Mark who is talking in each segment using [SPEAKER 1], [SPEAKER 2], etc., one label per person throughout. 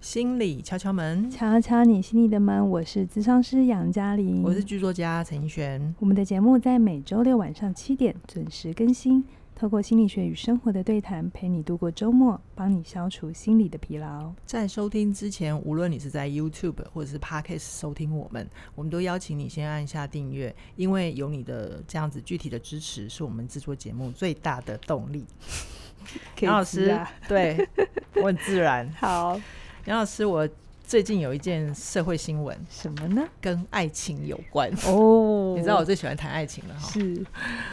[SPEAKER 1] 心理敲敲门，
[SPEAKER 2] 敲敲你心里的门，我是咨商师杨嘉玲，
[SPEAKER 1] 我是剧作家陈奕璇。
[SPEAKER 2] 我们的节目在每周六晚上七点准时更新，透过心理学与生活的对谈，陪你度过周末，帮你消除心理的疲劳。
[SPEAKER 1] 在收听之前，无论你是在 YouTube 或者是 Podcast 收听我们，我们都邀请你先按下订阅，因为有你的这样子具体的支持，是我们制作节目最大的动力。
[SPEAKER 2] 杨
[SPEAKER 1] 老师，
[SPEAKER 2] 啊
[SPEAKER 1] 对我很自然。
[SPEAKER 2] 好，
[SPEAKER 1] 杨老师，我最近有一件社会新闻
[SPEAKER 2] 什么呢？
[SPEAKER 1] 跟爱情有关。
[SPEAKER 2] 哦，
[SPEAKER 1] 你知道我最喜欢谈爱情了哈，
[SPEAKER 2] 是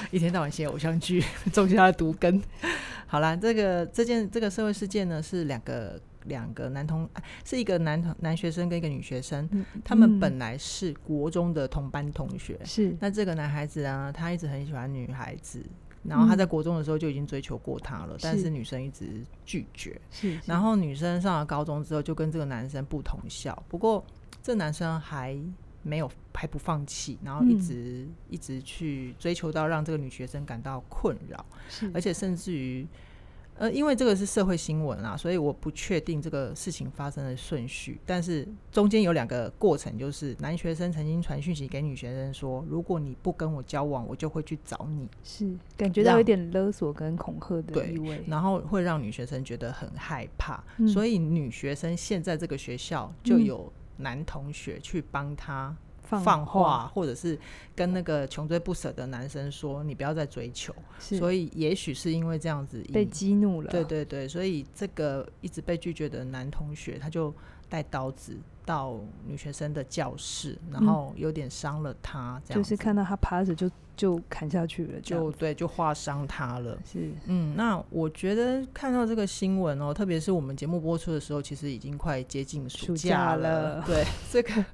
[SPEAKER 1] 一天到晚写偶像剧， 种下了毒根。 好啦，这个这件这个社会事件呢，是两个两个男同，啊是一个男同男学生跟一个女学生，
[SPEAKER 2] 嗯
[SPEAKER 1] 他们本来是国中的同班同学。
[SPEAKER 2] 是
[SPEAKER 1] 那这个男孩子啊，他一直很喜欢女孩子，然后他在国中的时候就已经追求过她了，但
[SPEAKER 2] 嗯是
[SPEAKER 1] 是女生一直拒绝。
[SPEAKER 2] 是，
[SPEAKER 1] 然后女生上了高中之后就跟这个男生不同校，不过这男生还没有还不放弃，然后一
[SPEAKER 2] 嗯
[SPEAKER 1] 直、一直去追求到让这个女学生感到困扰，
[SPEAKER 2] 是
[SPEAKER 1] 而且甚至于。呃，因为这个是社会新闻啦，所以我不确定这个事情发生的顺序。但是中间有两个过程，就是男学生曾经传讯息给女学生说：“如果你不跟我交往，我就会去找你。”
[SPEAKER 2] 是感觉到
[SPEAKER 1] 让
[SPEAKER 2] 有点勒索跟恐吓的
[SPEAKER 1] 对
[SPEAKER 2] 意味，
[SPEAKER 1] 然后会让女学生觉得很害怕，
[SPEAKER 2] 嗯
[SPEAKER 1] 所以女学生现在这个学校就有男同学去帮她放话，或者是跟那个穷追不舍的男生说你不要再追求。
[SPEAKER 2] 是
[SPEAKER 1] 所以也许是因为这样子以，
[SPEAKER 2] 被激怒了，
[SPEAKER 1] 对对对，所以这个一直被拒绝的男同学他就带刀子到女学生的教室，然
[SPEAKER 2] 嗯
[SPEAKER 1] 后有点伤了她，这样
[SPEAKER 2] 就是
[SPEAKER 1] 子
[SPEAKER 2] 看到他趴着就就砍下去了，这样
[SPEAKER 1] 就对就划伤她了。
[SPEAKER 2] 是
[SPEAKER 1] 嗯，那我觉得看到这个新闻哦，特别是我们节目播出的时候，其实已经快接近暑
[SPEAKER 2] 暑
[SPEAKER 1] 假
[SPEAKER 2] 假
[SPEAKER 1] 了。
[SPEAKER 2] 了
[SPEAKER 1] 对， 这个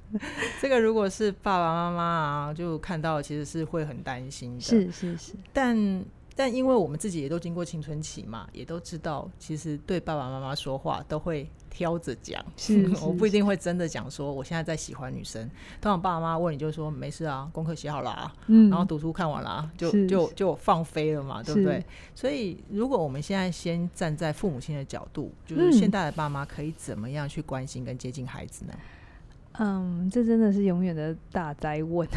[SPEAKER 1] 这个如果是爸爸妈妈啊，就看到其实是会很担心的。，
[SPEAKER 2] 是是是，
[SPEAKER 1] 但但因为我们自己也都经过青春期嘛，也都知道，其实对爸爸妈妈说话都会挑着讲。
[SPEAKER 2] 是是
[SPEAKER 1] 我不一定会真的讲说我现在在喜欢女生。通常爸爸妈妈问你就说没事啊，功课写好了啊，
[SPEAKER 2] 嗯，
[SPEAKER 1] 然后读书看完了啊，就是就就放飞了嘛，对不
[SPEAKER 2] 是
[SPEAKER 1] 对？所以如果我们现在先站在父母亲的角度，就
[SPEAKER 2] 嗯
[SPEAKER 1] 是现代的爸妈可以怎么样去关心跟接近孩子呢？
[SPEAKER 2] 嗯，这真的是永远的大 灾问。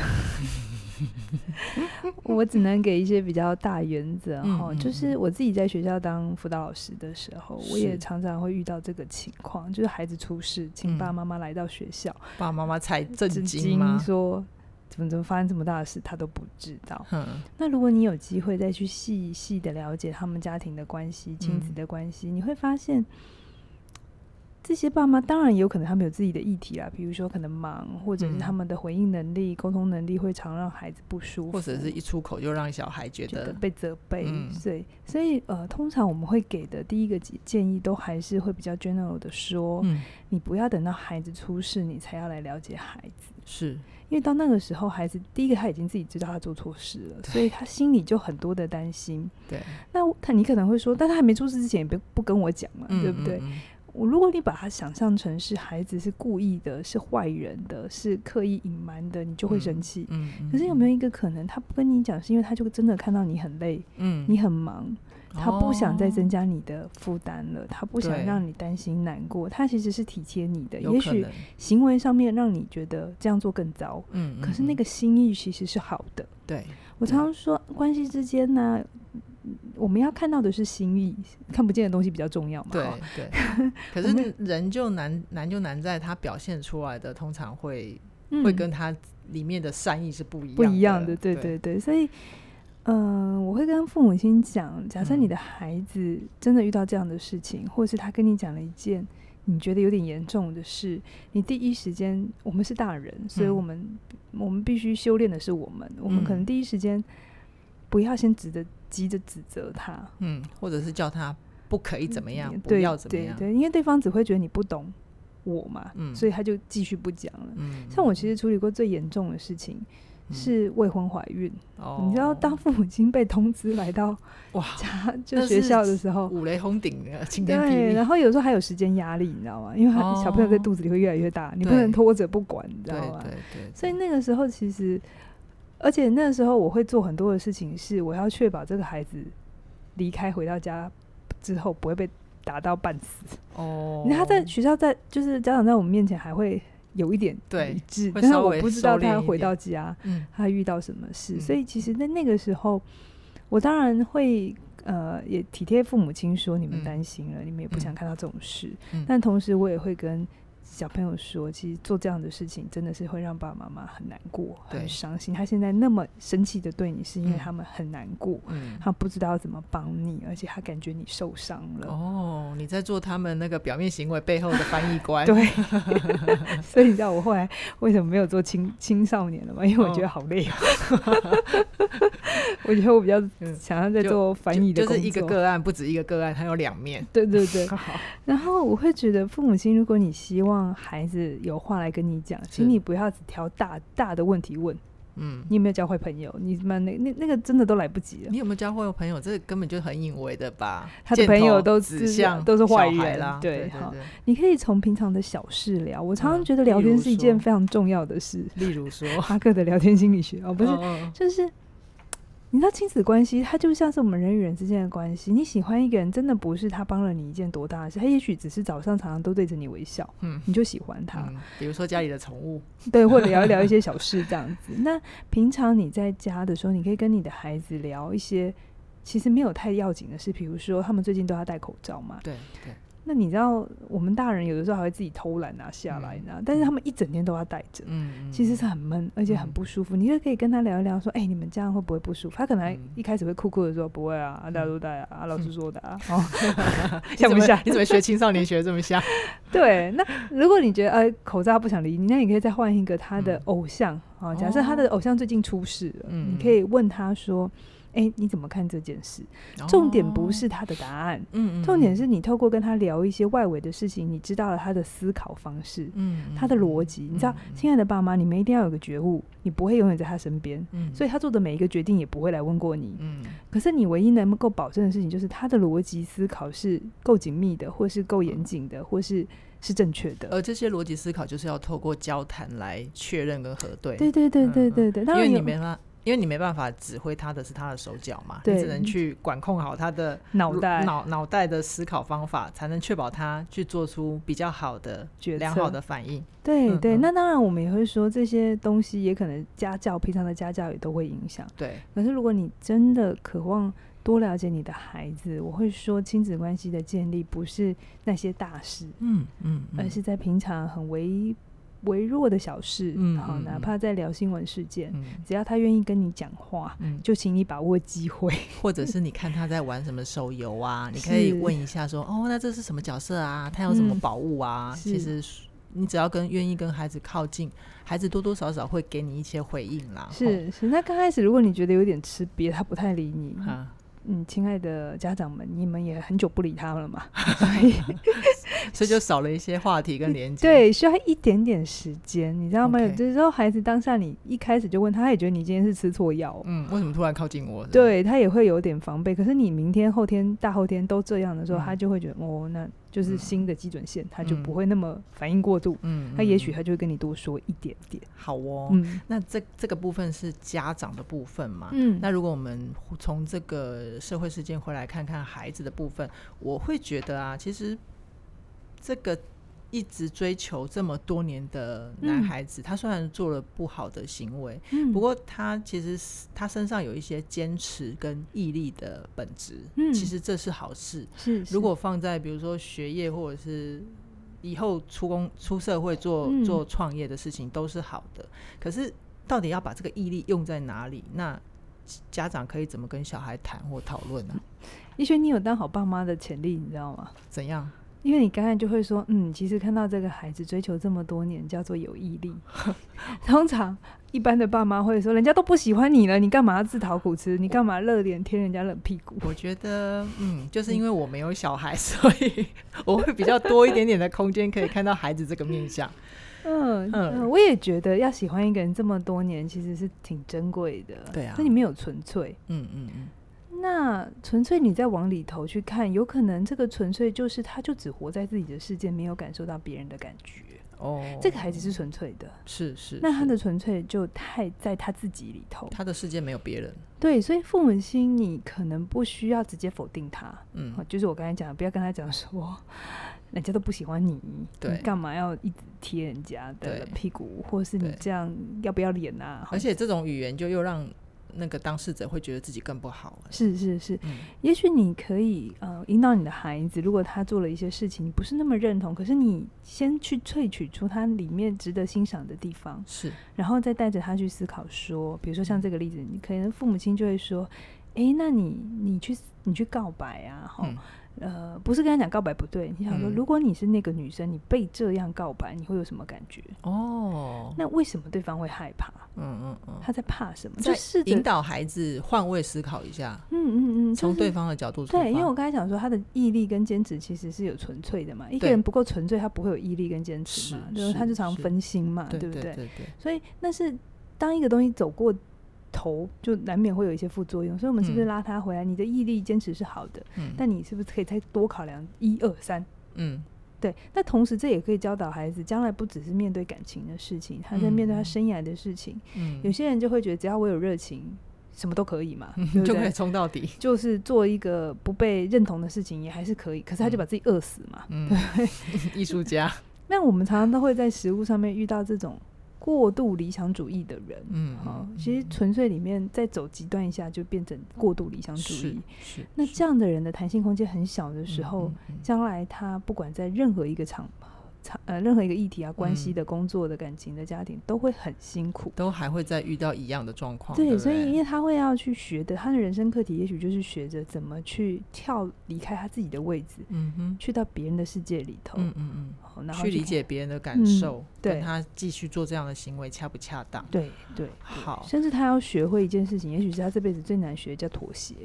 [SPEAKER 2] 我只能给一些比较大原则
[SPEAKER 1] 嗯
[SPEAKER 2] 哈，
[SPEAKER 1] 嗯
[SPEAKER 2] 就是我自己在学校当辅导老师的时候，我也
[SPEAKER 1] 是
[SPEAKER 2] 常常会遇到这个情况，就是孩子出事，请爸
[SPEAKER 1] 嗯
[SPEAKER 2] 妈妈来到学校，
[SPEAKER 1] 爸爸妈妈才震
[SPEAKER 2] 震
[SPEAKER 1] 惊吗？
[SPEAKER 2] 说怎么怎么发生这么大的事，他都不知道。
[SPEAKER 1] 嗯，
[SPEAKER 2] 那如果你有机会再去细细的了解他们家庭的关系、亲子
[SPEAKER 1] 嗯
[SPEAKER 2] 的关系，你会发现，这些爸妈当然也有可能他们有自己的议题啦，比如说可能忙，或者是
[SPEAKER 1] 嗯
[SPEAKER 2] 他们的回应能力、沟通能力会常让孩子不舒服，
[SPEAKER 1] 或者是一出口就让小孩觉
[SPEAKER 2] 觉得
[SPEAKER 1] 得，
[SPEAKER 2] 被责备，
[SPEAKER 1] 嗯
[SPEAKER 2] 所以所以呃，通常我们会给的第一个建建议都还是会比较 general 的说，
[SPEAKER 1] 嗯，
[SPEAKER 2] 你不要等到孩子出事你才要来了解孩子。
[SPEAKER 1] 是
[SPEAKER 2] 因为到那个时候，孩子第一个他已经自己知道他做错事了，所以他心里就很多的担心。
[SPEAKER 1] 对，
[SPEAKER 2] 那他你可能会说，但他还没出事之前也不不跟我讲嘛，
[SPEAKER 1] 嗯
[SPEAKER 2] 对不对？？
[SPEAKER 1] 嗯
[SPEAKER 2] 我如果你把他想象成是孩子是故意的，是坏人的，是刻意隐瞒的，你就会生气。
[SPEAKER 1] 嗯，嗯
[SPEAKER 2] 可是有没有一个可能，他不跟你讲，是因为他就真的看到你很累，
[SPEAKER 1] 嗯，
[SPEAKER 2] 你很忙，他不想再增
[SPEAKER 1] 加，
[SPEAKER 2] 加你的负担了，他不想
[SPEAKER 1] 对
[SPEAKER 2] 让你担心难过，他其实是体贴你的，
[SPEAKER 1] 哦有
[SPEAKER 2] 也
[SPEAKER 1] 可
[SPEAKER 2] 许
[SPEAKER 1] 能，
[SPEAKER 2] 行为上面让你觉得这样做更糟，
[SPEAKER 1] 嗯，
[SPEAKER 2] 可是
[SPEAKER 1] 嗯
[SPEAKER 2] 那
[SPEAKER 1] 嗯
[SPEAKER 2] 个心意其实是好的。
[SPEAKER 1] 对，
[SPEAKER 2] 我常常说，关系之间呢、嗯我们要看到的是心意，看不见的东西比较重要嘛。
[SPEAKER 1] 对
[SPEAKER 2] 哈
[SPEAKER 1] 对， 可是人就难难就难在他表现出来的，通常会
[SPEAKER 2] 嗯
[SPEAKER 1] 会跟他里面的善意是不一样
[SPEAKER 2] 不一样的，
[SPEAKER 1] 的，
[SPEAKER 2] 对对对。所以，呃，我会跟父母亲讲，假
[SPEAKER 1] 嗯
[SPEAKER 2] 设你的孩子真的遇到这样的事情，或是他跟你讲了一件你觉得有点严重的事，你第一时间，我们是大人，所以
[SPEAKER 1] 嗯
[SPEAKER 2] 我们、我们必须修炼的是我们，我们可
[SPEAKER 1] 嗯
[SPEAKER 2] 能第一时间不要先指着急着指责他，
[SPEAKER 1] 嗯，或者是叫他不可以怎么样，不
[SPEAKER 2] 嗯对
[SPEAKER 1] 要怎么样，
[SPEAKER 2] 对对，因为对方只会觉得你不懂我嘛，
[SPEAKER 1] 嗯
[SPEAKER 2] 所以他就继续不讲了。
[SPEAKER 1] 嗯，
[SPEAKER 2] 像我其实处理过最严重的事情
[SPEAKER 1] 嗯，
[SPEAKER 2] 是未婚怀孕，
[SPEAKER 1] 哦
[SPEAKER 2] 你知道，当父母亲被通知来到
[SPEAKER 1] 哇
[SPEAKER 2] 家
[SPEAKER 1] 那
[SPEAKER 2] 就是学校的时候，
[SPEAKER 1] 五雷轰顶的晴天霹
[SPEAKER 2] 对，
[SPEAKER 1] 雳
[SPEAKER 2] 然，后有时候还有时间压力，你知道吗？因为他
[SPEAKER 1] 哦
[SPEAKER 2] 小朋友在肚子里会越来越大，你不
[SPEAKER 1] 对
[SPEAKER 2] 能拖着不管，你知
[SPEAKER 1] 对
[SPEAKER 2] 道
[SPEAKER 1] 对
[SPEAKER 2] 吗？
[SPEAKER 1] 对对，
[SPEAKER 2] 所以那个时候其实，而且那个时候我会做很多的事情，是我要确保这个孩子离开回到家之后不会被打到半死。
[SPEAKER 1] 哦，
[SPEAKER 2] 那他在学校在就是家长在我们面前还会有一点
[SPEAKER 1] 对
[SPEAKER 2] 理智，
[SPEAKER 1] 会
[SPEAKER 2] 但是
[SPEAKER 1] 稍
[SPEAKER 2] 我
[SPEAKER 1] 微
[SPEAKER 2] 不知
[SPEAKER 1] 收
[SPEAKER 2] 道
[SPEAKER 1] 敛
[SPEAKER 2] 他
[SPEAKER 1] 一
[SPEAKER 2] 回
[SPEAKER 1] 点
[SPEAKER 2] 到家
[SPEAKER 1] 嗯
[SPEAKER 2] 他遇到什么事，
[SPEAKER 1] 嗯
[SPEAKER 2] 所以其实在那个时候，我当然会呃也体贴父母亲说你们
[SPEAKER 1] 嗯
[SPEAKER 2] 担心了，你们也不想
[SPEAKER 1] 嗯
[SPEAKER 2] 看到这种事，
[SPEAKER 1] 嗯
[SPEAKER 2] 但同时我也会跟。小朋友说，其实做这样的事情真的是会让爸爸妈妈很难过、很
[SPEAKER 1] 对
[SPEAKER 2] 伤心。他现在那么生气的对你，是因为
[SPEAKER 1] 嗯
[SPEAKER 2] 他们很难过，
[SPEAKER 1] 嗯，
[SPEAKER 2] 他不知道怎么帮你，而且他感觉你受伤了。
[SPEAKER 1] 哦，你在做他们那个表面行为背后的翻译官，
[SPEAKER 2] 对， 所以你知道我后来为什么没有做青青少年了吗？因为我觉得
[SPEAKER 1] 哦
[SPEAKER 2] 好累、哦， 我觉得我比较
[SPEAKER 1] 嗯
[SPEAKER 2] 想要在
[SPEAKER 1] 就
[SPEAKER 2] 做翻
[SPEAKER 1] 就
[SPEAKER 2] 译的
[SPEAKER 1] 就
[SPEAKER 2] 工作。
[SPEAKER 1] 是一个个案，不止一个个案，它有两面。
[SPEAKER 2] 对对对，
[SPEAKER 1] 好，
[SPEAKER 2] 然后我会觉得父母亲，如果你希望孩子有话来跟你讲，请
[SPEAKER 1] 是
[SPEAKER 2] 你不要只挑大大的问题问，
[SPEAKER 1] 嗯，
[SPEAKER 2] 你有没有交坏朋友？你们那那那个真的都来不及了，
[SPEAKER 1] 你有没有交坏朋友？这根本就很隐微的吧？
[SPEAKER 2] 他的
[SPEAKER 1] 箭
[SPEAKER 2] 朋友
[SPEAKER 1] 头
[SPEAKER 2] 都
[SPEAKER 1] 指
[SPEAKER 2] 是
[SPEAKER 1] 向
[SPEAKER 2] 都是
[SPEAKER 1] 小
[SPEAKER 2] 坏
[SPEAKER 1] 孩
[SPEAKER 2] 人
[SPEAKER 1] 啦，
[SPEAKER 2] 对
[SPEAKER 1] 对
[SPEAKER 2] 好
[SPEAKER 1] 对。
[SPEAKER 2] 你可以从平常的小事聊。我常常
[SPEAKER 1] 嗯
[SPEAKER 2] 觉得聊
[SPEAKER 1] 例如
[SPEAKER 2] 天是一件
[SPEAKER 1] 说
[SPEAKER 2] 非常重要的事。
[SPEAKER 1] 例如说，
[SPEAKER 2] 哈克的聊天心理学哦，不是
[SPEAKER 1] 嗯，嗯
[SPEAKER 2] 就是你知道亲子关系，它就像是我们人与人之间的关系。你喜欢一个人，真的不是他帮了你一件多大的事，他也许只是早上常常都对着你微笑，
[SPEAKER 1] 嗯
[SPEAKER 2] 你就喜欢他，
[SPEAKER 1] 嗯，比如说家里的宠物，
[SPEAKER 2] 对，或者聊一聊一些小事这样子。那平常你在家的时候，你可以跟你的孩子聊一些。其实没有太要紧的事，比如说他们最近都要戴口罩嘛。
[SPEAKER 1] 对对，
[SPEAKER 2] 那你知道，我们大人有的时候还会自己偷懒拿下来，
[SPEAKER 1] 嗯
[SPEAKER 2] 你知道，但是他们一整天都要戴着。
[SPEAKER 1] 嗯，
[SPEAKER 2] 其实
[SPEAKER 1] 嗯
[SPEAKER 2] 是很闷，而且很
[SPEAKER 1] 嗯
[SPEAKER 2] 不舒服。你就可以跟他聊一聊，说：“哎、你们这样会不会不舒服？”他可能还
[SPEAKER 1] 嗯
[SPEAKER 2] 一开始会酷酷的说：“不会啊，啊大
[SPEAKER 1] 嗯
[SPEAKER 2] 家都戴啊，啊老师说的 啊。
[SPEAKER 1] 你怎
[SPEAKER 2] 像不
[SPEAKER 1] 么
[SPEAKER 2] 像
[SPEAKER 1] 你怎么学青少年学得这么像？
[SPEAKER 2] 对，那如果你觉得呃口罩不想理你，那你可以再换一个他的
[SPEAKER 1] 嗯哦
[SPEAKER 2] 偶像啊、假设他的偶像最近出事了，你可
[SPEAKER 1] 嗯
[SPEAKER 2] 以问他说：“哎、你怎么看这件事？”重点不是他的答案。
[SPEAKER 1] 哦嗯，嗯，
[SPEAKER 2] 重点
[SPEAKER 1] 嗯
[SPEAKER 2] 是你透过跟他聊一些外围的事情，你知道了他的思考方式，
[SPEAKER 1] 嗯，
[SPEAKER 2] 他的逻辑。你知道，亲爱的爸妈，你们一定要有个觉悟，你不会永远在他身边，
[SPEAKER 1] 嗯，
[SPEAKER 2] 所
[SPEAKER 1] 以
[SPEAKER 2] 以他做的每一个决定也不会来问过你。
[SPEAKER 1] 嗯
[SPEAKER 2] 可是你唯一能够保证的事情，就是他的逻辑思考是够紧密的，或是够严谨
[SPEAKER 1] 嗯
[SPEAKER 2] 的，或是是正确的。
[SPEAKER 1] 而这些逻辑思考就是要透过交谈来确认跟核对，
[SPEAKER 2] 对对对
[SPEAKER 1] 嗯
[SPEAKER 2] 对
[SPEAKER 1] 嗯
[SPEAKER 2] 对对，
[SPEAKER 1] 因
[SPEAKER 2] 当
[SPEAKER 1] 为
[SPEAKER 2] 然
[SPEAKER 1] 你
[SPEAKER 2] 有
[SPEAKER 1] 没办法，因为你没办法指挥他的是他的手脚嘛，你
[SPEAKER 2] 对
[SPEAKER 1] 只能去管控好他的
[SPEAKER 2] 脑袋
[SPEAKER 1] 脑脑袋的思考方法，才能确保他去做出比较好的
[SPEAKER 2] 决
[SPEAKER 1] 良
[SPEAKER 2] 策
[SPEAKER 1] 好的反应。
[SPEAKER 2] 对
[SPEAKER 1] 嗯
[SPEAKER 2] 对。
[SPEAKER 1] 嗯
[SPEAKER 2] 那当然，我们也会说这些东西也可能家教，平常的家教也都会影响。
[SPEAKER 1] 对，
[SPEAKER 2] 可是如果你真的渴望多了解你的孩子，我会说亲子关系的建立不是那些大事，
[SPEAKER 1] 嗯嗯，
[SPEAKER 2] 而是在平常很微微弱的小事，
[SPEAKER 1] 嗯
[SPEAKER 2] 好，
[SPEAKER 1] 嗯
[SPEAKER 2] 哪
[SPEAKER 1] 嗯
[SPEAKER 2] 怕在聊新闻事件，
[SPEAKER 1] 嗯
[SPEAKER 2] 只要他愿意跟你讲话，
[SPEAKER 1] 嗯，
[SPEAKER 2] 就请你把握 机会。
[SPEAKER 1] 或者是你看他在玩什么手游啊，你可以
[SPEAKER 2] 是
[SPEAKER 1] 问一下说，哦，那这是什么角色啊？他有什么
[SPEAKER 2] 嗯
[SPEAKER 1] 宝物啊？其
[SPEAKER 2] 是
[SPEAKER 1] 实你只要跟愿意跟孩子靠近，孩子多多少少会给你一些回应啦。
[SPEAKER 2] 是是，那刚开始如果你觉得有点吃瘪，他不太理你，
[SPEAKER 1] 吼啊，
[SPEAKER 2] 嗯，亲爱的家长们，你们也很久不理他 了嘛，所以
[SPEAKER 1] 所以就少了一些话题跟连接。，
[SPEAKER 2] 对需要一点点时间，你知道吗？有
[SPEAKER 1] OK
[SPEAKER 2] 的时候孩子当下你一开始就问他，他也觉得你今天是吃错药哦、
[SPEAKER 1] 嗯，为什么突然靠近我？，
[SPEAKER 2] 对他也会有点防备，可是你明天、后天、大后天都这样的时候，
[SPEAKER 1] 嗯
[SPEAKER 2] 他就会觉得哦，那就是
[SPEAKER 1] 嗯
[SPEAKER 2] 新的基准线，他就
[SPEAKER 1] 嗯
[SPEAKER 2] 不会那么反应过度，
[SPEAKER 1] 嗯，
[SPEAKER 2] 他也
[SPEAKER 1] 嗯
[SPEAKER 2] 许他就会跟你多说一点点。
[SPEAKER 1] 好哦。
[SPEAKER 2] 嗯
[SPEAKER 1] 那这这个部分是家长的部分嘛？
[SPEAKER 2] 嗯
[SPEAKER 1] 那如果我们从这个社会事件回来看看孩子的部分，我会觉得啊，其实这个一直追求这么多年的男
[SPEAKER 2] 嗯
[SPEAKER 1] 孩子，他虽然做了不好的行为，
[SPEAKER 2] 嗯
[SPEAKER 1] 不过他其实是他身上有一些坚持跟毅力的本质，
[SPEAKER 2] 嗯
[SPEAKER 1] 其实这是好事。
[SPEAKER 2] 是
[SPEAKER 1] 如果放在比如说学业或者是以后出工出社会做
[SPEAKER 2] 嗯
[SPEAKER 1] 做创业的事情都是好的，可是到底要把这个毅力用在哪里？那家长可以怎么跟小孩谈或讨论啊呢？
[SPEAKER 2] 一轩，你有当好爸妈的潜力，你知道吗？
[SPEAKER 1] 怎样？
[SPEAKER 2] 因为你刚才就会说，嗯，其实看到这个孩子追求这么多年，叫做有毅 力。通常一般的爸妈会说，人家都不喜欢你了，你干嘛自讨苦吃？你干嘛热脸贴人家冷屁股？
[SPEAKER 1] 我觉得，嗯，就是因为我没有小孩， 所以我会比较多一点点的空间可以看到孩子这个面相。
[SPEAKER 2] 嗯，
[SPEAKER 1] 嗯
[SPEAKER 2] 呃我也觉得要喜欢一个人这么多年，其实是挺珍贵的。
[SPEAKER 1] 对啊
[SPEAKER 2] 那你没有纯粹，
[SPEAKER 1] 嗯嗯嗯，
[SPEAKER 2] 那纯粹你再往里头去看，有可能这个纯粹就是他就只活在自己的世界，没有感受到别人的感觉。
[SPEAKER 1] 哦，
[SPEAKER 2] 这个孩子是纯粹的，
[SPEAKER 1] 是是，
[SPEAKER 2] 那他
[SPEAKER 1] 哦是
[SPEAKER 2] 的纯粹就太在他自己里头。
[SPEAKER 1] 他的世界没有别人，
[SPEAKER 2] 对，所以傅文心，你可能不需要直接否定他，
[SPEAKER 1] 嗯
[SPEAKER 2] 哦，就是我刚才讲的，不要跟他讲说，人家都不喜欢你，
[SPEAKER 1] 对
[SPEAKER 2] 你干嘛要一直贴人家的
[SPEAKER 1] 对
[SPEAKER 2] 冷屁股，或是你
[SPEAKER 1] 对
[SPEAKER 2] 这样要不要脸啊？
[SPEAKER 1] 而且这种语言就又让那个当事者会觉得自己更不好。
[SPEAKER 2] 是是是，
[SPEAKER 1] 嗯，
[SPEAKER 2] 也许你可以呃引导你的孩子，如果他做了一些事情你不是那么认同，可是你先去萃取出他里面值得欣赏的地方，
[SPEAKER 1] 是
[SPEAKER 2] 然后再带着他去思考说，比如
[SPEAKER 1] 嗯
[SPEAKER 2] 说像这个例子，你可能父母亲就会说，诶，那你你去你去告白啊，吼，
[SPEAKER 1] 嗯
[SPEAKER 2] 呃，不是跟他讲告白不对，你想说，
[SPEAKER 1] 嗯
[SPEAKER 2] 如果你是那个女生，你被这样告白，你会有什么感觉？
[SPEAKER 1] 哦，
[SPEAKER 2] 那为什么对方会害怕？
[SPEAKER 1] 嗯嗯嗯，
[SPEAKER 2] 他在怕什么？
[SPEAKER 1] 在
[SPEAKER 2] 就试着
[SPEAKER 1] 引，导孩子换位思考一下，
[SPEAKER 2] 嗯嗯嗯，就
[SPEAKER 1] 从
[SPEAKER 2] 是
[SPEAKER 1] 对方的角度出发。
[SPEAKER 2] 对，因为我刚才讲说，他的毅力跟坚持其实是有纯粹的嘛。一个
[SPEAKER 1] 对
[SPEAKER 2] 人不够纯粹，他不会有毅力跟坚持嘛，
[SPEAKER 1] 是
[SPEAKER 2] 就是他
[SPEAKER 1] 是
[SPEAKER 2] 就常
[SPEAKER 1] 是
[SPEAKER 2] 分心嘛，
[SPEAKER 1] 对
[SPEAKER 2] 对不
[SPEAKER 1] 对
[SPEAKER 2] 对？
[SPEAKER 1] 对对，
[SPEAKER 2] 所以，但是当一个东西走过头，就难免会有一些副作用。所以，我们是不是
[SPEAKER 1] 嗯
[SPEAKER 2] 拉他回来？你的毅力、坚持是好的，
[SPEAKER 1] 嗯
[SPEAKER 2] 但你是不是可以再多考量一二三？
[SPEAKER 1] 嗯
[SPEAKER 2] 对，那同时这也可以教导孩子，将来不只是面对感情的事情，他在面对他
[SPEAKER 1] 嗯
[SPEAKER 2] 生涯的事情。有
[SPEAKER 1] 嗯，
[SPEAKER 2] 些人就会觉得，只要我有热情，什么都可以嘛，对不
[SPEAKER 1] 就可
[SPEAKER 2] 对
[SPEAKER 1] 以冲到底。
[SPEAKER 2] 就是做一个不被认同的事情也还是可以，可是他就把自己饿死嘛。
[SPEAKER 1] 嗯， 艺术家，
[SPEAKER 2] 那我们常常都会在食物上面遇到这种过度理想主义的人。
[SPEAKER 1] 嗯，
[SPEAKER 2] 哦
[SPEAKER 1] 嗯，
[SPEAKER 2] 其实
[SPEAKER 1] 嗯
[SPEAKER 2] 纯粹里面再走极端一下，就变成过度理想主
[SPEAKER 1] 是
[SPEAKER 2] 义。
[SPEAKER 1] 是，
[SPEAKER 2] 那
[SPEAKER 1] 是
[SPEAKER 2] 这样的人的弹性空间很小的时候，，
[SPEAKER 1] 嗯嗯嗯
[SPEAKER 2] 将来他不管在任何一个场场呃任何一个议题啊、关系
[SPEAKER 1] 嗯
[SPEAKER 2] 的、工作的、感情的、家庭，都会很辛苦。
[SPEAKER 1] 都还会再遇到一样的状况。
[SPEAKER 2] 对，
[SPEAKER 1] 哦对不对，
[SPEAKER 2] 所以因为他会要去学的，他的人生课题也许就是学着怎么去跳离开他自己的位置，
[SPEAKER 1] 嗯哼，
[SPEAKER 2] 去到别人的世界里头，
[SPEAKER 1] 嗯嗯嗯。
[SPEAKER 2] 好然后
[SPEAKER 1] 去理
[SPEAKER 2] 看。
[SPEAKER 1] 解别人的
[SPEAKER 2] 嗯
[SPEAKER 1] 感受，
[SPEAKER 2] 对
[SPEAKER 1] 跟他继续做这样的行为恰不恰当？
[SPEAKER 2] 对对，
[SPEAKER 1] 好，
[SPEAKER 2] 甚至他要学会一件事情，也许是他这辈子最难学的，叫妥协。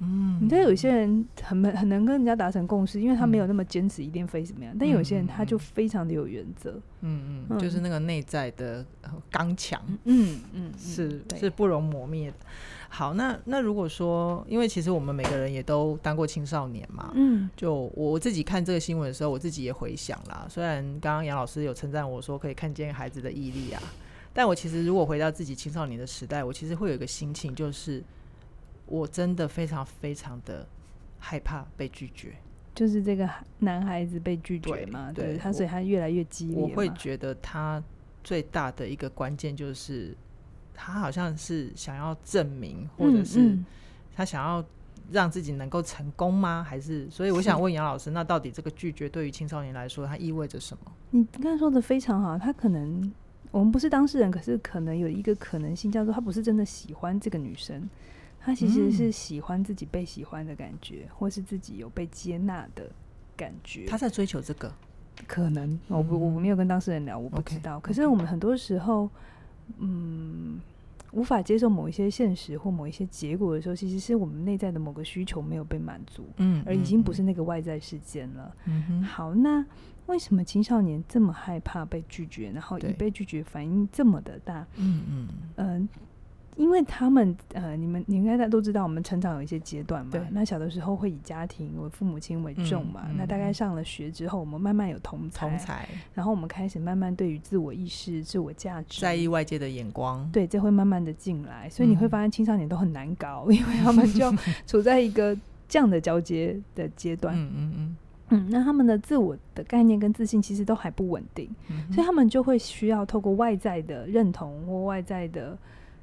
[SPEAKER 1] 嗯，
[SPEAKER 2] 你知道有些人很没很能跟人家达成共识，因为他没有
[SPEAKER 1] 嗯
[SPEAKER 2] 那么坚持一定非怎么样，但有些人他就
[SPEAKER 1] 嗯嗯嗯
[SPEAKER 2] 非常的有原则。
[SPEAKER 1] 嗯嗯，就是
[SPEAKER 2] 嗯
[SPEAKER 1] 那个内在的呃刚强，
[SPEAKER 2] 嗯嗯，嗯
[SPEAKER 1] 是
[SPEAKER 2] 对
[SPEAKER 1] 是不容磨灭的。好，那那如果说，因为其实我们每个人也都当过青少年嘛，
[SPEAKER 2] 嗯
[SPEAKER 1] 就我自己看这个新闻的时候，我自己也回想啦。虽然刚刚杨老师有称赞我说可以看见孩子的毅力啊，但我其实如果回到自己青少年的时代，我其实会有一个心情，就是我真的非常非常的害怕被拒绝，
[SPEAKER 2] 就是这个孩男孩子被拒绝
[SPEAKER 1] 对
[SPEAKER 2] 嘛，
[SPEAKER 1] 对
[SPEAKER 2] 对他，
[SPEAKER 1] 我
[SPEAKER 2] 所以他越来越激烈
[SPEAKER 1] 我会
[SPEAKER 2] 嘛
[SPEAKER 1] 觉得他最大的一个关键就是他好像是想要证明，或者
[SPEAKER 2] 嗯
[SPEAKER 1] 是
[SPEAKER 2] 嗯
[SPEAKER 1] 他想要。让自己能够成功吗？ 还是所以我
[SPEAKER 2] 是
[SPEAKER 1] 想问杨老师，那到底这个拒绝对于青少年来说，它意味着什么？
[SPEAKER 2] 你刚才说的非常好，他可能我们不是当事人，可是可能有一个可能性叫做他不是真的喜欢这个女生，他其实是
[SPEAKER 1] 嗯
[SPEAKER 2] 喜欢自己被喜欢的感觉，或是自己有被接纳的感 觉。
[SPEAKER 1] 他在追求这个，
[SPEAKER 2] 可能我不
[SPEAKER 1] 嗯
[SPEAKER 2] 我没有跟当事人聊，我不知
[SPEAKER 1] OK，
[SPEAKER 2] 道。可是我们很多时候，嗯，无法接受某一些现实或某一些结果的时候，其实是我们内在的某个需求没有被满足，
[SPEAKER 1] 嗯
[SPEAKER 2] 而已经不是，那个外在事件了。
[SPEAKER 1] 嗯哼，
[SPEAKER 2] 好，那为什么青少年这么害怕被拒绝，然后一
[SPEAKER 1] 对
[SPEAKER 2] 被拒绝反应这么的大？
[SPEAKER 1] 嗯嗯，
[SPEAKER 2] 嗯、因为他们呃，你们你应该大家都知道，我们成长有一些阶段嘛
[SPEAKER 1] 对。
[SPEAKER 2] 那小的时候会以家庭为父母亲为重嘛。
[SPEAKER 1] 嗯
[SPEAKER 2] 那大概
[SPEAKER 1] 嗯
[SPEAKER 2] 上了学之后，我们慢慢有同才，
[SPEAKER 1] 同才
[SPEAKER 2] 然后我们开始慢慢对于自我意识、自我价值
[SPEAKER 1] 在意。外界的眼光，
[SPEAKER 2] 对，这会慢慢的进来，所以你会
[SPEAKER 1] 嗯
[SPEAKER 2] 发现青少年都很难搞，因为他们就处在一个这样的交接的阶段。
[SPEAKER 1] 嗯嗯
[SPEAKER 2] 嗯，那他们的自我的概念跟自信其实都还不稳定，
[SPEAKER 1] 嗯，
[SPEAKER 2] 所以
[SPEAKER 1] 以
[SPEAKER 2] 他们就会需要透过外在的认同或外在的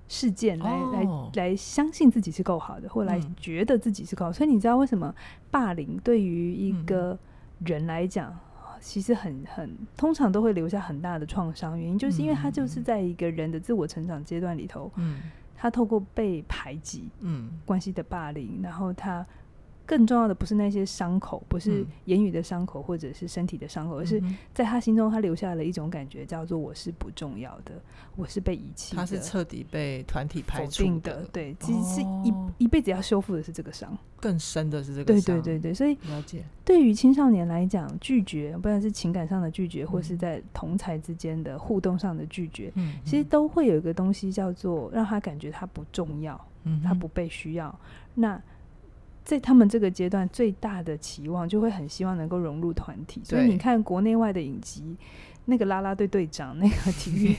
[SPEAKER 2] 事件来、
[SPEAKER 1] 哦
[SPEAKER 2] 来来相信自己是够好的，或来
[SPEAKER 1] 嗯
[SPEAKER 2] 觉得自己是够好。所以你知道为什么霸凌对于一
[SPEAKER 1] 嗯
[SPEAKER 2] 个人来讲，其实很很通常都会留下很大的创伤，原因就是因为他就是
[SPEAKER 1] 嗯嗯嗯
[SPEAKER 2] 在一个人的自我成长阶段里头，
[SPEAKER 1] 嗯
[SPEAKER 2] 他透过被排挤，
[SPEAKER 1] 嗯
[SPEAKER 2] 关系的霸凌，然后他更重要的不是那些伤口，不是
[SPEAKER 1] 嗯
[SPEAKER 2] 言语的伤口或者是身体的伤口，而
[SPEAKER 1] 嗯
[SPEAKER 2] 是
[SPEAKER 1] 哼
[SPEAKER 2] 在他心中他留下了一种感觉，叫做我是不重要的，我是被遗弃的，
[SPEAKER 1] 他是彻底被团体
[SPEAKER 2] 否
[SPEAKER 1] 排除
[SPEAKER 2] 定的，对，其实是一、
[SPEAKER 1] 哦
[SPEAKER 2] 一辈子要修复的是这个伤，
[SPEAKER 1] 更深的是这个
[SPEAKER 2] 对对
[SPEAKER 1] 伤，
[SPEAKER 2] 对对，所以
[SPEAKER 1] 了解，
[SPEAKER 2] 对于青少年来讲，拒绝不管是情感上的拒绝，或是
[SPEAKER 1] 嗯
[SPEAKER 2] 在同才之间的互动上的拒绝。
[SPEAKER 1] 嗯，
[SPEAKER 2] 其实都会有一个东西叫做让他感觉他不重要，
[SPEAKER 1] 嗯
[SPEAKER 2] 他不，被需要，那在他们这个阶段最大的期望就会很希望能够融入团体，所以
[SPEAKER 1] 对
[SPEAKER 2] 你看国内外的影集，那个啦啦队队长、那个体 育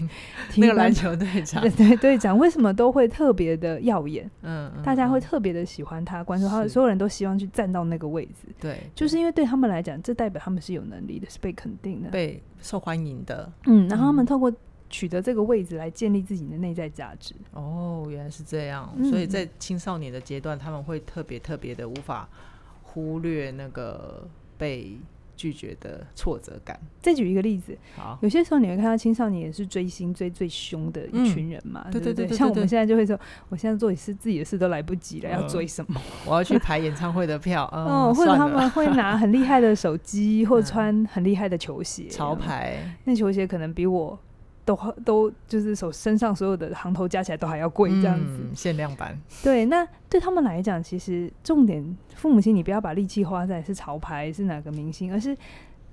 [SPEAKER 2] 体
[SPEAKER 1] 那
[SPEAKER 2] 育
[SPEAKER 1] 个篮
[SPEAKER 2] 班
[SPEAKER 1] 球队长
[SPEAKER 2] 对，对队长，为什么都会特别的耀眼？
[SPEAKER 1] 嗯，嗯
[SPEAKER 2] 大家会
[SPEAKER 1] 嗯
[SPEAKER 2] 特别的喜欢他，关注他，
[SPEAKER 1] 是
[SPEAKER 2] 所有人都希望去站到那个位置，
[SPEAKER 1] 对，
[SPEAKER 2] 就是因为对他们来讲，这代表他们是有能力的，是被肯定的。
[SPEAKER 1] 被受欢迎的。
[SPEAKER 2] 嗯，然后他们
[SPEAKER 1] 嗯
[SPEAKER 2] 透过取得这个位置来建立自己的内在价值。
[SPEAKER 1] 哦，原来是这样，
[SPEAKER 2] 嗯
[SPEAKER 1] 所以
[SPEAKER 2] 嗯
[SPEAKER 1] 在青少年的阶段，他们会特别特别的无法忽略那个被拒绝的挫折感。
[SPEAKER 2] 再举一个例子，
[SPEAKER 1] 好，
[SPEAKER 2] 有些时候你会看到青少年也是追星追最凶的一群人嘛，
[SPEAKER 1] 嗯对
[SPEAKER 2] 对
[SPEAKER 1] 对对
[SPEAKER 2] 不
[SPEAKER 1] 对
[SPEAKER 2] 像我
[SPEAKER 1] 对
[SPEAKER 2] 们
[SPEAKER 1] 对
[SPEAKER 2] 现在就会说，我现在做事自己的事都来不及了，要
[SPEAKER 1] 嗯
[SPEAKER 2] 追什么？
[SPEAKER 1] 我要去排演唱会的票，嗯，
[SPEAKER 2] 哦，或者
[SPEAKER 1] 算
[SPEAKER 2] 他
[SPEAKER 1] 了
[SPEAKER 2] 们会拿很厉害的手机，或
[SPEAKER 1] 嗯
[SPEAKER 2] 穿很厉害的球鞋，
[SPEAKER 1] 潮， 牌，
[SPEAKER 2] 那球鞋可能比我都都就是手身上所有的行头加起来都还要贵，这样子。
[SPEAKER 1] 嗯限量 版，
[SPEAKER 2] 对，那对他们来讲，其实重点，父母亲你不要把力气花在是潮牌是哪个明星，而是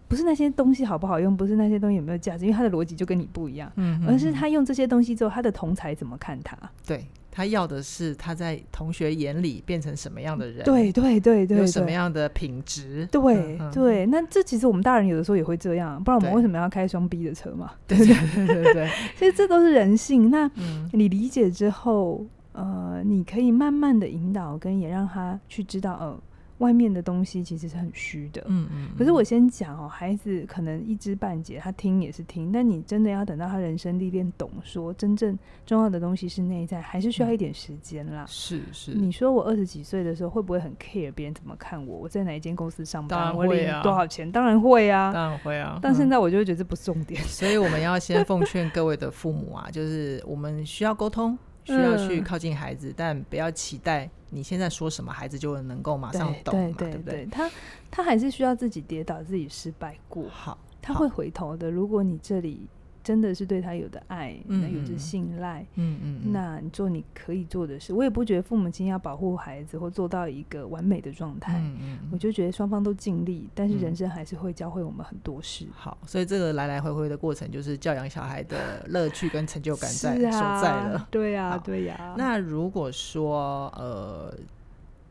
[SPEAKER 2] 不是那些东西好不好用，不是那些东西有没有价值，因为他的逻辑就跟你不一样，
[SPEAKER 1] 嗯
[SPEAKER 2] 而是他用这些东西之后，他的同才怎么看他？
[SPEAKER 1] 对他要的是他在同学眼里变成什么样的人，
[SPEAKER 2] 对对对对
[SPEAKER 1] 有什么
[SPEAKER 2] 对。
[SPEAKER 1] 样的品质，
[SPEAKER 2] 对
[SPEAKER 1] 嗯嗯
[SPEAKER 2] 对，那这其实我们大人有的时候也会这样，不然我们
[SPEAKER 1] 对
[SPEAKER 2] 为什么要开双 B 的车嘛？
[SPEAKER 1] 对对对对对，
[SPEAKER 2] 其实这都是人性。那
[SPEAKER 1] 嗯
[SPEAKER 2] 你理解之后，呃，你可以慢慢的引导，跟也让他去知道，呃，外面的东西其实是很虚的。
[SPEAKER 1] 嗯嗯，
[SPEAKER 2] 可是我先讲哦，孩子可能一知半解，他听也是听，但你真的要等到他人生历练懂说，真正重要的东西是内在，还是
[SPEAKER 1] 嗯
[SPEAKER 2] 需要一点时间啦。
[SPEAKER 1] 是是，
[SPEAKER 2] 你说我二十几岁的时候会不会很 care 别人怎么看我？我在哪一间公司上
[SPEAKER 1] 当
[SPEAKER 2] 班？
[SPEAKER 1] 然
[SPEAKER 2] 我
[SPEAKER 1] 会
[SPEAKER 2] 领
[SPEAKER 1] 啊
[SPEAKER 2] 多少钱？当然会啊。
[SPEAKER 1] 当然会啊，
[SPEAKER 2] 但
[SPEAKER 1] 嗯
[SPEAKER 2] 现在我就会觉得这不是重点。
[SPEAKER 1] 所以我们要先奉劝各位的父母啊，就是我们需要沟通，需要
[SPEAKER 2] 嗯
[SPEAKER 1] 去靠近孩子，但不要期待你现在说什么，孩子就能够马上懂
[SPEAKER 2] 对
[SPEAKER 1] 嘛，
[SPEAKER 2] 对
[SPEAKER 1] 不对？
[SPEAKER 2] 他他还是需要自己跌倒、自己失败过，
[SPEAKER 1] 好，
[SPEAKER 2] 他
[SPEAKER 1] 好
[SPEAKER 2] 会回头的。如果你这里真的是对他有的爱，那有
[SPEAKER 1] 嗯嗯
[SPEAKER 2] 着
[SPEAKER 1] 嗯
[SPEAKER 2] 信赖，
[SPEAKER 1] 嗯嗯，嗯
[SPEAKER 2] 那你做你可以做的事。我也不觉得父母亲要保护孩子或做到一个完美的状态，
[SPEAKER 1] 嗯嗯
[SPEAKER 2] 我
[SPEAKER 1] 嗯，
[SPEAKER 2] 就觉得双方都尽力，但是人
[SPEAKER 1] 嗯
[SPEAKER 2] 生还是会教会我们很多事。
[SPEAKER 1] 好，所以这个来来回回的过程，就是教养小孩的乐趣跟成就感在、
[SPEAKER 2] 是啊，
[SPEAKER 1] 所在了。
[SPEAKER 2] 对呀、
[SPEAKER 1] 好
[SPEAKER 2] 对呀、
[SPEAKER 1] 那如果说呃，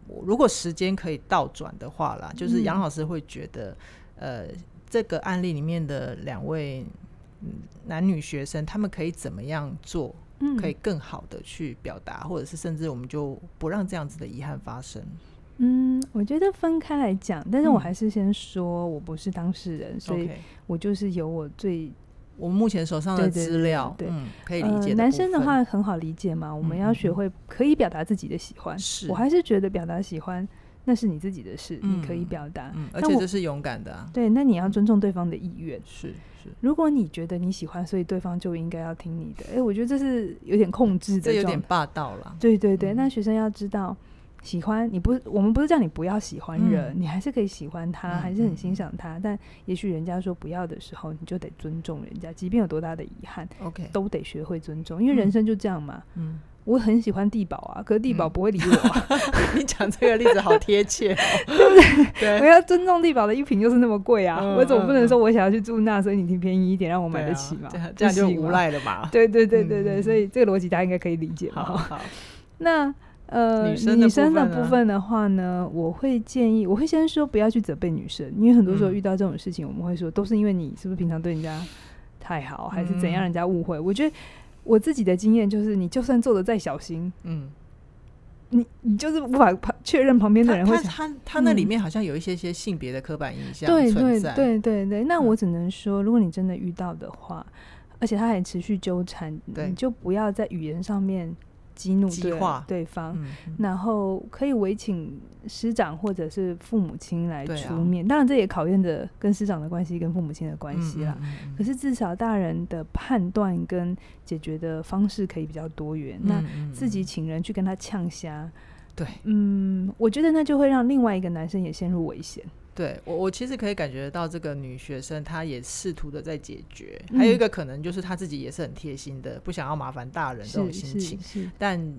[SPEAKER 1] 我如果时间可以倒转的话啦，就是杨
[SPEAKER 2] 嗯
[SPEAKER 1] 老师会觉得，呃，这个案例里面的两位嗯男女学生，他们可以怎么样做，
[SPEAKER 2] 嗯
[SPEAKER 1] 可以更好的去表达，或者是甚至我们就不让这样子的遗憾发生。
[SPEAKER 2] 嗯，我觉得分开来讲，但是我
[SPEAKER 1] 嗯
[SPEAKER 2] 还是先说，我不是当事人，所以
[SPEAKER 1] OK，
[SPEAKER 2] 我就是有我最
[SPEAKER 1] 我们目前手上的
[SPEAKER 2] 对对
[SPEAKER 1] 资料，
[SPEAKER 2] 对对
[SPEAKER 1] 嗯，可以理解、
[SPEAKER 2] 呃。男生的，话很好理解嘛，我
[SPEAKER 1] 嗯
[SPEAKER 2] 们要
[SPEAKER 1] 嗯
[SPEAKER 2] 学
[SPEAKER 1] 嗯
[SPEAKER 2] 会可以表达自己的喜欢。
[SPEAKER 1] 是
[SPEAKER 2] 我还是觉得表达喜欢那是你自己的事，你可以
[SPEAKER 1] 嗯
[SPEAKER 2] 表达。
[SPEAKER 1] 嗯，而
[SPEAKER 2] 那
[SPEAKER 1] 且
[SPEAKER 2] 我
[SPEAKER 1] 这是勇敢的、啊，
[SPEAKER 2] 对，那你要尊重对方的意愿。
[SPEAKER 1] 是是，
[SPEAKER 2] 如果你觉得你喜欢，所以对方就应该要听你的，哎、我觉得这是有点控制
[SPEAKER 1] 这
[SPEAKER 2] 的
[SPEAKER 1] 有点
[SPEAKER 2] 状态。
[SPEAKER 1] 霸道啦。
[SPEAKER 2] 对对对，
[SPEAKER 1] 嗯
[SPEAKER 2] 那学生要知道，喜欢你不，我们不是叫你不要喜欢人，
[SPEAKER 1] 嗯
[SPEAKER 2] 你还是可以喜欢他，
[SPEAKER 1] 嗯
[SPEAKER 2] 还是很
[SPEAKER 1] 嗯
[SPEAKER 2] 欣
[SPEAKER 1] 嗯
[SPEAKER 2] 赏他，但也许人家说不要的时候，你就得尊重人家，即便有多大的遗憾，
[SPEAKER 1] OK，
[SPEAKER 2] 都得学会尊重，因为
[SPEAKER 1] 嗯
[SPEAKER 2] 人生就这样嘛。
[SPEAKER 1] 嗯，
[SPEAKER 2] 我很喜欢地堡啊，可是地堡
[SPEAKER 1] 嗯
[SPEAKER 2] 不会理我、啊，
[SPEAKER 1] 你讲这个例子好贴切、哦，对
[SPEAKER 2] 我要尊重地堡的一瓶就是那么贵啊，
[SPEAKER 1] 嗯
[SPEAKER 2] 我总不
[SPEAKER 1] 嗯
[SPEAKER 2] 能
[SPEAKER 1] 嗯
[SPEAKER 2] 说我想要去住那，所以你挺便宜一点让我
[SPEAKER 1] 对
[SPEAKER 2] 买
[SPEAKER 1] 啊
[SPEAKER 2] 得起嘛，
[SPEAKER 1] 这样
[SPEAKER 2] 不
[SPEAKER 1] 这样就
[SPEAKER 2] 行
[SPEAKER 1] 无
[SPEAKER 2] 嘛
[SPEAKER 1] 赖了嘛。
[SPEAKER 2] 对对对对对，
[SPEAKER 1] 嗯
[SPEAKER 2] 所以这个逻辑大家应该可以理解嘛。
[SPEAKER 1] 好
[SPEAKER 2] 哈
[SPEAKER 1] 好，
[SPEAKER 2] 那呃，
[SPEAKER 1] 女
[SPEAKER 2] 女
[SPEAKER 1] 生的
[SPEAKER 2] 生的
[SPEAKER 1] 部分呢
[SPEAKER 2] 部分的话呢，我会建议，我会先说不要去责备女生，因为很多时候
[SPEAKER 1] 嗯
[SPEAKER 2] 遇到这种事情，我们会说都是因为你是不是平常对人家太好，还是怎样
[SPEAKER 1] 嗯
[SPEAKER 2] 人家误会。我觉得我自己的经验就是，你就算做的再小心，
[SPEAKER 1] 嗯，
[SPEAKER 2] 你你就是无法判确认旁边的
[SPEAKER 1] 他
[SPEAKER 2] 人会
[SPEAKER 1] 嗯他
[SPEAKER 2] 想。
[SPEAKER 1] 他他那里
[SPEAKER 2] 嗯
[SPEAKER 1] 面好像有一些些性别的刻板印象
[SPEAKER 2] 对
[SPEAKER 1] 存
[SPEAKER 2] 对
[SPEAKER 1] 在，
[SPEAKER 2] 对对对，那
[SPEAKER 1] 嗯
[SPEAKER 2] 我只能说，如果你真的遇到的话，而且他还持续纠缠，
[SPEAKER 1] 对
[SPEAKER 2] 你就不要在语言上面激怒
[SPEAKER 1] 激
[SPEAKER 2] 对
[SPEAKER 1] 化
[SPEAKER 2] 对方。
[SPEAKER 1] 嗯，嗯
[SPEAKER 2] 然后可以委请师长或者是父母亲来
[SPEAKER 1] 对啊
[SPEAKER 2] 出面，当然这也考验着跟师长的关系跟父母亲的关系啦。，
[SPEAKER 1] 嗯嗯嗯
[SPEAKER 2] 可是至少大人的判断跟解决的方式可以比较多元。
[SPEAKER 1] 嗯
[SPEAKER 2] 那
[SPEAKER 1] 嗯
[SPEAKER 2] 自己
[SPEAKER 1] 嗯
[SPEAKER 2] 请人去跟他呛虾，
[SPEAKER 1] 对
[SPEAKER 2] 嗯，我觉得那就会让另外一个男生也陷入危险。
[SPEAKER 1] 对我我其实可以感觉到这个女学生她也试图的在解决，还有一
[SPEAKER 2] 嗯
[SPEAKER 1] 个可能就是她自己也是很贴心的，不想要麻烦大人这种
[SPEAKER 2] 是
[SPEAKER 1] 心
[SPEAKER 2] 是
[SPEAKER 1] 情，
[SPEAKER 2] 是，
[SPEAKER 1] 但。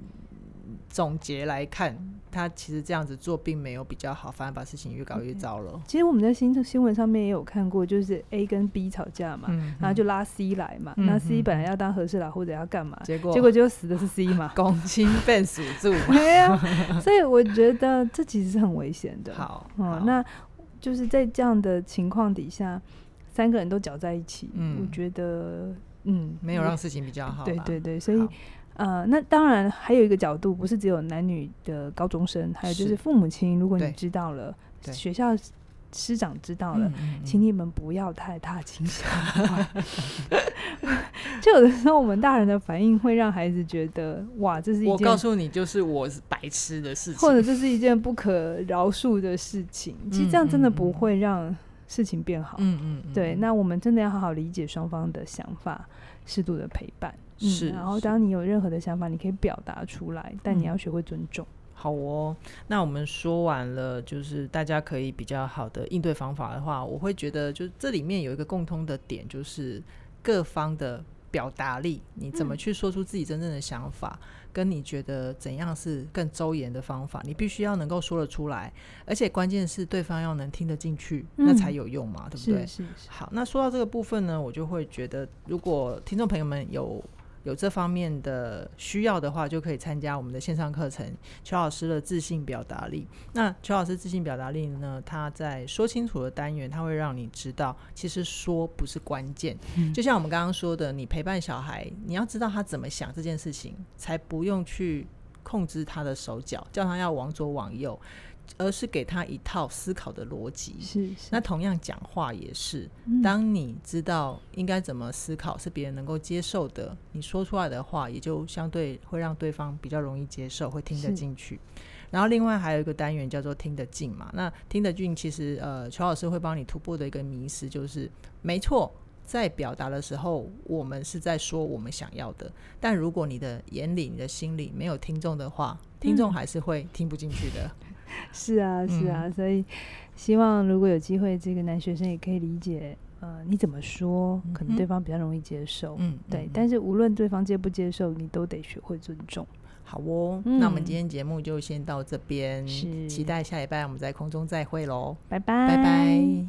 [SPEAKER 1] 总结来看，她其实这样子做并没有比较好，反而把事情越搞越糟了。
[SPEAKER 2] 其实我们在新新闻上面也有看过，就是 A 跟 B 吵架嘛，
[SPEAKER 1] 嗯，
[SPEAKER 2] 然后
[SPEAKER 1] 嗯
[SPEAKER 2] 就拉 C 来嘛，
[SPEAKER 1] 嗯
[SPEAKER 2] 那
[SPEAKER 1] 嗯
[SPEAKER 2] C 本来
[SPEAKER 1] 嗯
[SPEAKER 2] 要当和事佬或者要干嘛，
[SPEAKER 1] 结果
[SPEAKER 2] 结果就死的是 C 嘛。
[SPEAKER 1] 公亲被数住。
[SPEAKER 2] 对啊，所以我觉得这其实是很危险的。，
[SPEAKER 1] 好，
[SPEAKER 2] 哦、
[SPEAKER 1] 好
[SPEAKER 2] 那就是在这样的情况底下，三个人都搅在一起，
[SPEAKER 1] 嗯
[SPEAKER 2] 我觉得嗯
[SPEAKER 1] 没有让事情比较好吧。
[SPEAKER 2] 对对对，所以
[SPEAKER 1] 好
[SPEAKER 2] 呃，那当然还有一个角度，不是只有男女的高中生，还有就是是父母亲，如果你
[SPEAKER 1] 对
[SPEAKER 2] 知道了，
[SPEAKER 1] 对
[SPEAKER 2] 学校师长知道了，
[SPEAKER 1] 嗯嗯嗯
[SPEAKER 2] 请你们不要太大惊小怪。 就有的时候，我们大人的反应会让孩子觉得，哇，这是一
[SPEAKER 3] 我告
[SPEAKER 2] 件，
[SPEAKER 3] 诉你，就是我是白痴的事
[SPEAKER 2] 或
[SPEAKER 3] 情。
[SPEAKER 2] 者这是一件不可饶恕的事情。其实这样真的不会让事情变好。
[SPEAKER 1] 嗯嗯嗯
[SPEAKER 2] 对，那我们真的要好好理解双方的想法，适度的陪伴。嗯
[SPEAKER 1] 是
[SPEAKER 2] 然后
[SPEAKER 1] 是
[SPEAKER 2] 当你有任何的想法，你可以表达出来，但你
[SPEAKER 1] 嗯
[SPEAKER 2] 要学会尊重。
[SPEAKER 1] 好哦，那我们说完了，就是大家可以比较好的应对方法的话，我会觉得就是这里面有一个共通的点，就是各方的表达力，你怎么去说出自己真正的想法，跟你觉得怎样是更周延的方法，你必须要能够说得出来，而且关键是对方要能听得进去，那
[SPEAKER 2] 嗯
[SPEAKER 1] 才有用嘛，对不对
[SPEAKER 2] 是？是是，
[SPEAKER 1] 好，那说到这个部分呢，我就会觉得，如果听众朋友们有有这方面的需要的话，就可以参加我们的线上课程《邱老师的自信表达力》。那邱老师自信表达力呢，他在说清楚的单元，他会让你知道，其实说不是关键。就像我们刚刚说的，你陪伴小孩，你要知道他怎么想这件事情，才不用去控制他的手脚，叫他要往左往右，而是给他一套思考的逻辑。
[SPEAKER 2] 是是。
[SPEAKER 1] 嗯那同样讲话也是，
[SPEAKER 2] 嗯
[SPEAKER 1] 当你知道应该怎么思考是别人能够接受的，你说出来的话也就相对会让对方比较容易接受，会听得
[SPEAKER 2] 是
[SPEAKER 1] 进去。然后另外还有一个单元叫做听得进嘛，那听得进其实呃，乔老师会帮你突破的一个迷思就是，没错。在表达的时候，我们是在说我们想要的，但如果你的眼里、你的心里没有听众的话，听众
[SPEAKER 2] 嗯
[SPEAKER 1] 还是会听不进去的。
[SPEAKER 2] 是啊，是啊，
[SPEAKER 1] 嗯
[SPEAKER 2] 所以希望如果有机会，这个男学生也可以理解，呃，你怎么说，可
[SPEAKER 1] 嗯哼
[SPEAKER 2] 能对方比较容易接受。
[SPEAKER 1] 嗯，
[SPEAKER 2] 对，
[SPEAKER 1] 嗯
[SPEAKER 2] 但是无论对方接不接受，你都得学会尊重。
[SPEAKER 1] 好哦，那我们
[SPEAKER 2] 嗯
[SPEAKER 1] 今天节目就先到这边，
[SPEAKER 2] 是
[SPEAKER 1] 期待下礼拜我们在空中再会喽，
[SPEAKER 2] 拜
[SPEAKER 1] 拜
[SPEAKER 2] 拜，
[SPEAKER 1] 拜。